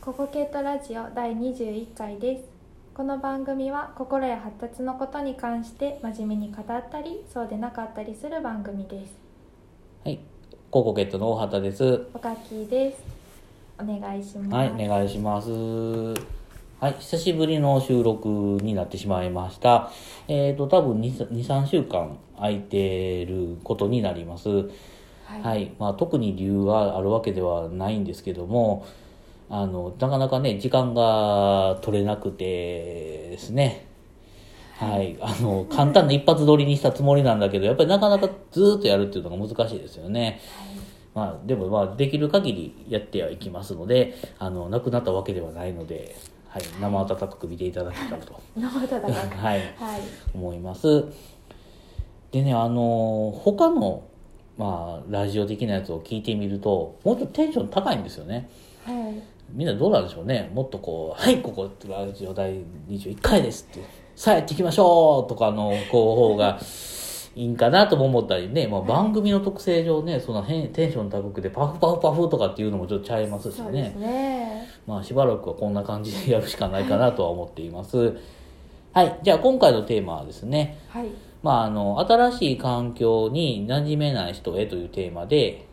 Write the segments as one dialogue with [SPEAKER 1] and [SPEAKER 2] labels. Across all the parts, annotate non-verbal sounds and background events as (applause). [SPEAKER 1] ココケイトラジオ第21回ですこの番組は心や発達のことに関して真面目に語ったりそうでなかったりする番組です
[SPEAKER 2] はい、ココケットの大畑です。
[SPEAKER 1] おかきーですお願いします
[SPEAKER 2] はい、お願いします。はい、久しぶりの収録になってしまいました。えっ、と、多分2、3週間空いてることになります。
[SPEAKER 1] はい
[SPEAKER 2] はい、まあ特に理由はあるわけではないんですけども、あの、なかなかね、時間が取れなくてですね。はい、あの、簡単な一発撮りにしたつもりなんだけど、やっぱりなかなかずーっとやるっていうのが難しいですよね。まあ、でもまあ、できる限りやってはいきますので、あの、なくなったわけではないので、はい、生温かく見ていただけたらと、
[SPEAKER 1] 生田だから
[SPEAKER 2] はい、
[SPEAKER 1] はい
[SPEAKER 2] 思います。でね、あの、他の、まあ、ラジオ的なやつを聞いてみると、もっとテンション高いんですよね。
[SPEAKER 1] はい
[SPEAKER 2] みんなどうなんでしょうね。もっとこう、 (laughs) はい、ここ、ラジオ第21回ですって、さあやっていきましょうとかの、こう、方がいいんかなとも思ったりね、まあ、番組の特性上ね、その変テンション高くて、パフパフパフとかっていうのもちょっとちゃいますし
[SPEAKER 1] そう
[SPEAKER 2] ね
[SPEAKER 1] です。ね
[SPEAKER 2] まあ、しばらくはこんな感じでやるしかないかなとは思っています。はい、じゃあ今回のテーマはですね、
[SPEAKER 1] はい
[SPEAKER 2] まあ、あの、新しい環境に馴染めない人へというテーマで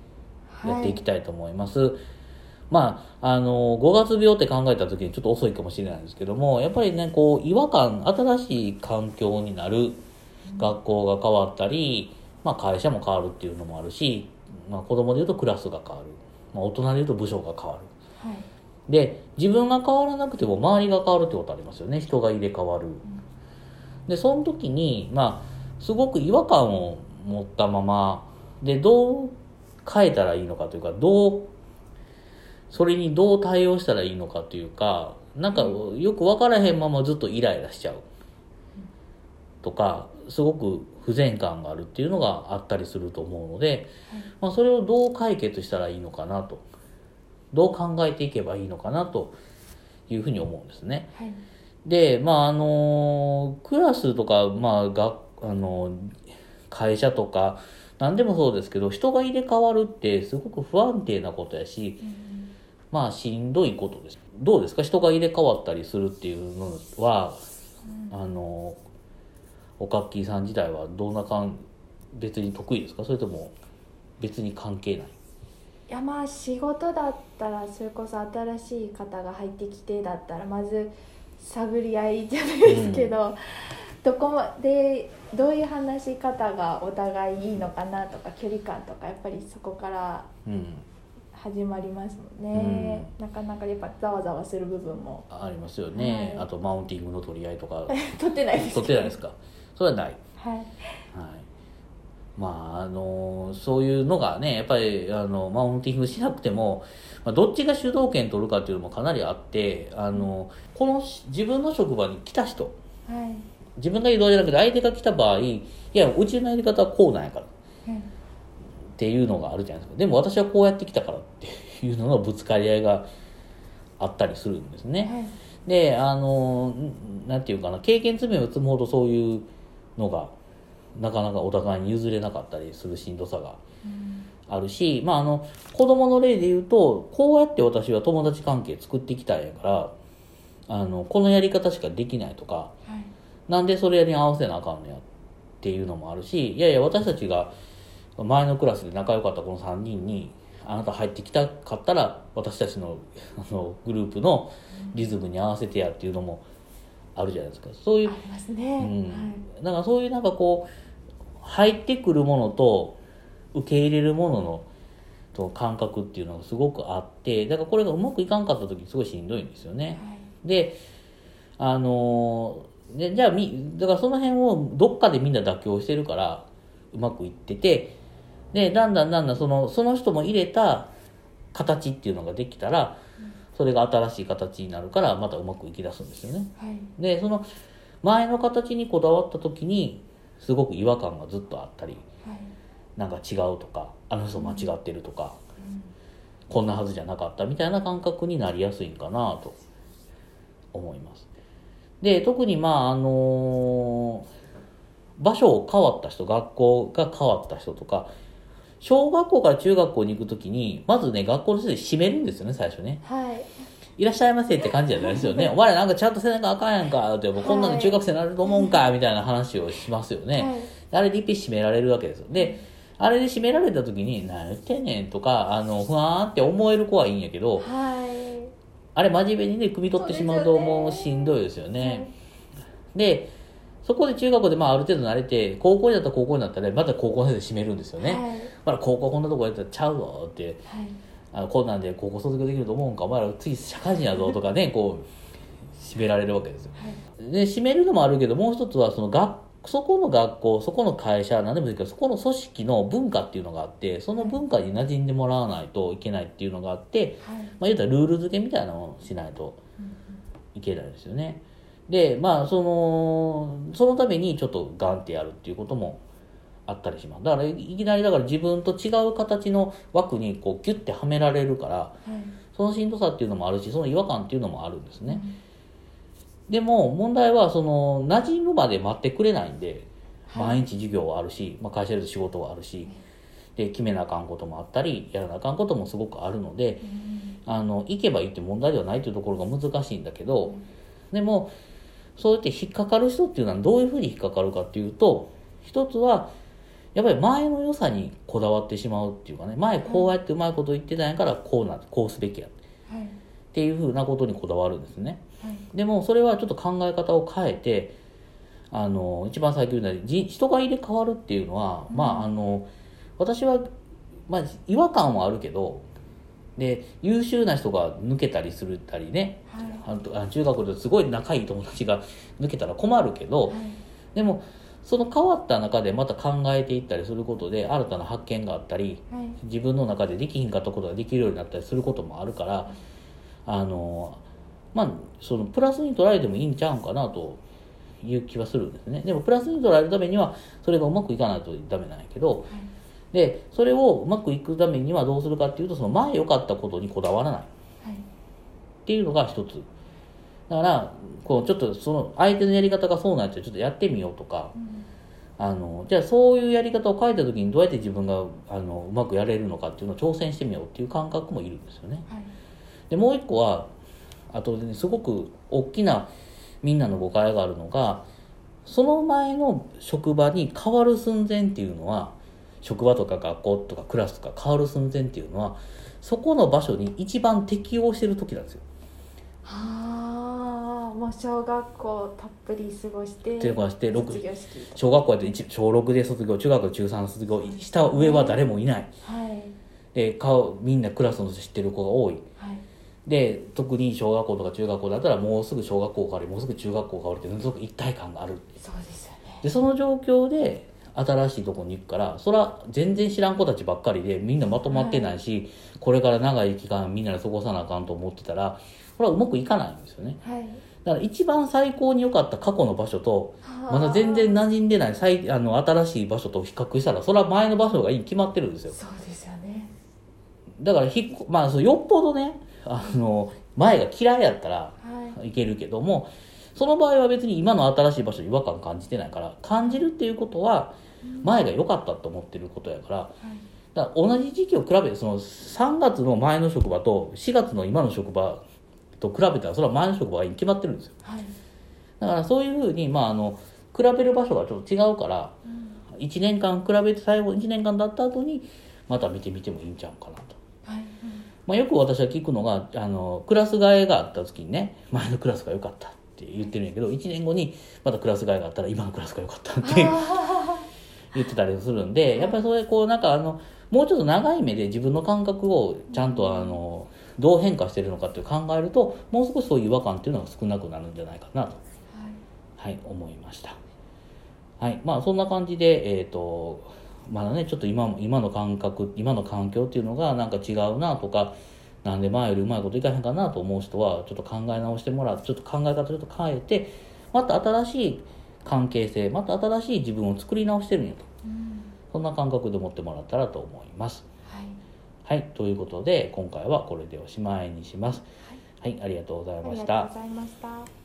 [SPEAKER 2] やっていきたいと思います。まあ、あの、5月病って考えた時にちょっと遅いかもしれないんですけども、やっぱりね、こう、違和感、新しい環境になる、学校が変わったり、まあ、会社も変わるっていうのもあるし、まあ、子供で言うとクラスが変わる。まあ、大人で言うと部署が変わる。
[SPEAKER 1] はい、はい
[SPEAKER 2] で自分が変わらなくても周りが変わるってことありますよね人が入れ替わるでその時にまあすごく違和感を持ったままでどう変えたらいいのかというかどうそれにどう対応したらいいのかというかなんかよく分からへんままずっとイライラしちゃうとかすごく不全感があるっていうのがあったりすると思うので、まあ、それをどう解決したらいいのかなとどう考えていけばいいのかなというふうに思うんですね。
[SPEAKER 1] はい
[SPEAKER 2] でまああのクラスとか、まあ、があの会社とか何でもそうですけど人が入れ替わるってすごく不安定なことやし、まあしんどいことです。どうですか人が入れ替わったりするっていうのは、あのおかっきーさん自体はどんな感別に得意ですかそれとも別に関係ない
[SPEAKER 1] いやまあ仕事だったらそれこそ新しい方が入ってきてだったらまず探り合いじゃないですけど、どこまでどういう話し方がお互いいいのかなとか距離感とかやっぱりそこから
[SPEAKER 2] うん
[SPEAKER 1] 始まりますもんね、なかなかやっぱざわざわする部分も (laughs)
[SPEAKER 2] ありますよね、
[SPEAKER 1] はい
[SPEAKER 2] あとマウンティングの取り合いとか
[SPEAKER 1] 取ってないです
[SPEAKER 2] 取ってないですかそれはない、
[SPEAKER 1] はい
[SPEAKER 2] はい、まああのそういうのがねやっぱりあのマウンティングしなくても、まあ、どっちが主導権取るかっていうのもかなりあってあのこの自分の職場に来た人
[SPEAKER 1] はいはい
[SPEAKER 2] 自分が移動じゃなくて相手が来た場合いやうちのやり方はこうなんやからっていうのがあるじゃないですかでも私はこうやってきたからっていうののぶつかり合いがあったりするんですね、
[SPEAKER 1] はい
[SPEAKER 2] であのんなんていうかな経験積めば積むほどそういうのがなかなかお互いに譲れなかったりするしんどさがあるし、まああの子供の例で言うとこうやって私は友達関係作ってきたんやからあのこのやり方しかできないとか
[SPEAKER 1] はい
[SPEAKER 2] なんでそれに合わせなあかんのやっていうのもあるしいやいや私たちが前のクラスで仲良かったこの3人にあなた入ってきたかったら私たちのあのグループのリズムに合わせてやっていうのもあるじゃないですかそういう
[SPEAKER 1] ありますね、
[SPEAKER 2] うん
[SPEAKER 1] は
[SPEAKER 2] だからそういうなんかこう入ってくるものと受け入れるもののと感覚っていうのがすごくあってだからこれがうまくいかんかった時すごいしんどいんですよね。
[SPEAKER 1] いはい
[SPEAKER 2] であのーでじゃあみだからその辺をどっかでみんな妥協してるからうまくいっててでだんだんだんだんそのその人も入れた形っていうのができたらそれが新しい形になるからまたうまくいきだすんですよね。
[SPEAKER 1] はい
[SPEAKER 2] でその前の形にこだわった時にすごく違和感がずっとあったり
[SPEAKER 1] はい
[SPEAKER 2] なんか違うとかあの人間違ってるとか、こんなはずじゃなかったみたいな感覚になりやすいんかなと思います。で特にまああの場所を変わった人学校が変わった人とか小学校から中学校に行く時にまずね学校の先生閉めるんですよね最初ね。
[SPEAKER 1] はい
[SPEAKER 2] いらっしゃいませって感じじゃないですよね。我なんかちゃんとせなきゃあかんやんか、って、もうこんなの中学生になると思うんか、みたいな話をしますよね。
[SPEAKER 1] はい
[SPEAKER 2] あれで一閉められるわけですよ。で、あれで閉められた時に、何言ってんねんとか、あの、ふわーんって思える子はいいんやけど、
[SPEAKER 1] は
[SPEAKER 2] あれ真面目にね、汲み取ってしまう
[SPEAKER 1] そうですよ
[SPEAKER 2] と
[SPEAKER 1] ね
[SPEAKER 2] もうしんどいですよね。で、そこで中学校でまあある程度慣れて、高校になったら高校になったら、また高校の先生閉めるんですよ
[SPEAKER 1] い
[SPEAKER 2] ね。
[SPEAKER 1] はい
[SPEAKER 2] まだ高校こんなとこやったらちゃうわって、
[SPEAKER 1] はい
[SPEAKER 2] あのこんなんで高校卒業できると思うんか、お前ら次社会人やぞとかね、こう、閉められるわけですよ。
[SPEAKER 1] はい
[SPEAKER 2] で締めるのもあるけどもう一つはその学そこの学校そこの会社何でもいいけどそこの組織の文化っていうのがあってその文化に馴染んでもらわないといけないっていうのがあって、
[SPEAKER 1] はい
[SPEAKER 2] まあ、言うたらルール付けみたいなのをしないといけないですよね。でまあそのそのためにちょっとガンってやるっていうこともあったりしますだからいきなりだから自分と違う形の枠にこうギュッてはめられるから
[SPEAKER 1] はい
[SPEAKER 2] そのしんどさっていうのもあるしその違和感っていうのもあるんですね、でも問題はその馴染むまで待ってくれないんで毎日授業はあるし、まあ、会社で仕事はあるしで決めなあかんこともあったりやらなあかんこともすごくあるのであの行けばいいって問題ではないというところが難しいんだけどでもそうやって引っかかる人っていうのはどういうふうに引っかかるかっていうと一つはやっぱり前の良さにこだわってしまうっていうかね前こうやってうまいこと言ってたんやからこうなこうすべきやっ
[SPEAKER 1] はい
[SPEAKER 2] ていうふうなことにこだわるんですね。
[SPEAKER 1] はい
[SPEAKER 2] でもそれはちょっと考え方を変えてあの一番最近言うのはじ人が入れ替わるっていうのは、まああの私は、まあ、違和感はあるけどで優秀な人が抜けたりするたりね
[SPEAKER 1] はい
[SPEAKER 2] あのあの中学ですごい仲いい友達が抜けたら困るけど、
[SPEAKER 1] はい
[SPEAKER 2] でもその変わった中でまた考えていったりすることで新たな発見があったり
[SPEAKER 1] はい
[SPEAKER 2] 自分の中でできひんかったことができるようになったりすることもあるからあのまあそのプラスに捉えてもいいんちゃうんかなという気はするんですねでもプラスに捉えるためにはそれがうまくいかないとダメなんやけどでそれをうまくいくためにはどうするかっていうとその前良かったことにこだわらない
[SPEAKER 1] はい
[SPEAKER 2] っていうのが一つだからこうちょっとその相手のやり方がそうなんやったらちょっとやってみようとか
[SPEAKER 1] うん
[SPEAKER 2] あのじゃあそういうやり方を変えた時にどうやって自分があのうまくやれるのかっていうのを挑戦してみようっていう感覚もいるんですよね。
[SPEAKER 1] はい
[SPEAKER 2] でもう一個はあとねすごく大きなみんなの誤解があるのがその前の職場に変わる寸前っていうのは職場とか学校とかクラスとか変わる寸前っていうのはそこの場所に一番適応してる時なんですよ。
[SPEAKER 1] ああもう小学校たっぷり過ごして
[SPEAKER 2] っていうかして
[SPEAKER 1] 卒
[SPEAKER 2] 6
[SPEAKER 1] 業式
[SPEAKER 2] 小学校やって一小6で卒業中学中3卒業下上は誰もいない。
[SPEAKER 1] はい
[SPEAKER 2] で顔みんなクラスの知ってる子が多い
[SPEAKER 1] はい
[SPEAKER 2] で特に小学校とか中学校だったらもうすぐ小学校変わりもうすぐ中学校変わりってすごく一体感がある
[SPEAKER 1] そうですよね
[SPEAKER 2] でその状況で新しいとこに行くからそら全然知らん子たちばっかりでみんなまとまってないし、これから長い期間みんなで過ごさなあかんと思ってたらこれはうまくいかないんですよね
[SPEAKER 1] はい
[SPEAKER 2] だから一番最高に良かった過去の場所と
[SPEAKER 1] あー
[SPEAKER 2] まだ全然馴染んでない最あの新しい場所と比較したらそれは前の場所がいいに決まってるんですよ
[SPEAKER 1] そうですよね
[SPEAKER 2] だからひっこまあそうよっぽどねあの前が嫌いやったら
[SPEAKER 1] はい
[SPEAKER 2] いけるけどもその場合は別に今の新しい場所に違和感感じてないから感じるっていうことは前が良かったと思ってることやから
[SPEAKER 1] はい
[SPEAKER 2] だから同じ時期を比べてその3月の前の職場と4月の今の職場と比べたらそれは前の職場がいいに決まってるんですよ
[SPEAKER 1] はい
[SPEAKER 2] だからそういうふうに、まあ、あの比べる場所がちょっと違うから
[SPEAKER 1] うん
[SPEAKER 2] 1年間比べて最後1年間だった後にまた見てみてもいいんちゃうかなと。
[SPEAKER 1] はいうん
[SPEAKER 2] まあ、よく私は聞くのがあのクラス替えがあった時にね前のクラスが良かったって言ってるんやけど1年後にまたクラス替えがあったら今のクラスが良かったって言ってたりするんでやっぱりそれこうなんかあのもうちょっと長い目で自分の感覚をちゃんとあのどう変化してるのかっていう考えるともう少しそういう違和感っていうのが少なくなるんじゃないかなと、
[SPEAKER 1] はい
[SPEAKER 2] はい、思いました。はいまあ、そんな感じで、えー、とまだねちょっと今も今の感覚今の環境っていうのがなんか違うなとかなんで前よりうまいこといかへんかなと思う人はちょっと考え直してもらってちょっと考え方ちょっと変えてまた新しい関係性また新しい自分を作り直してるんやと
[SPEAKER 1] うん
[SPEAKER 2] そんな感覚で持ってもらったらと思います。
[SPEAKER 1] はい
[SPEAKER 2] はいということで今回はこれでおしまいにします。はい、ありがとうござい
[SPEAKER 1] あ
[SPEAKER 2] ま
[SPEAKER 1] り
[SPEAKER 2] し
[SPEAKER 1] が
[SPEAKER 2] た
[SPEAKER 1] とうご。ざいました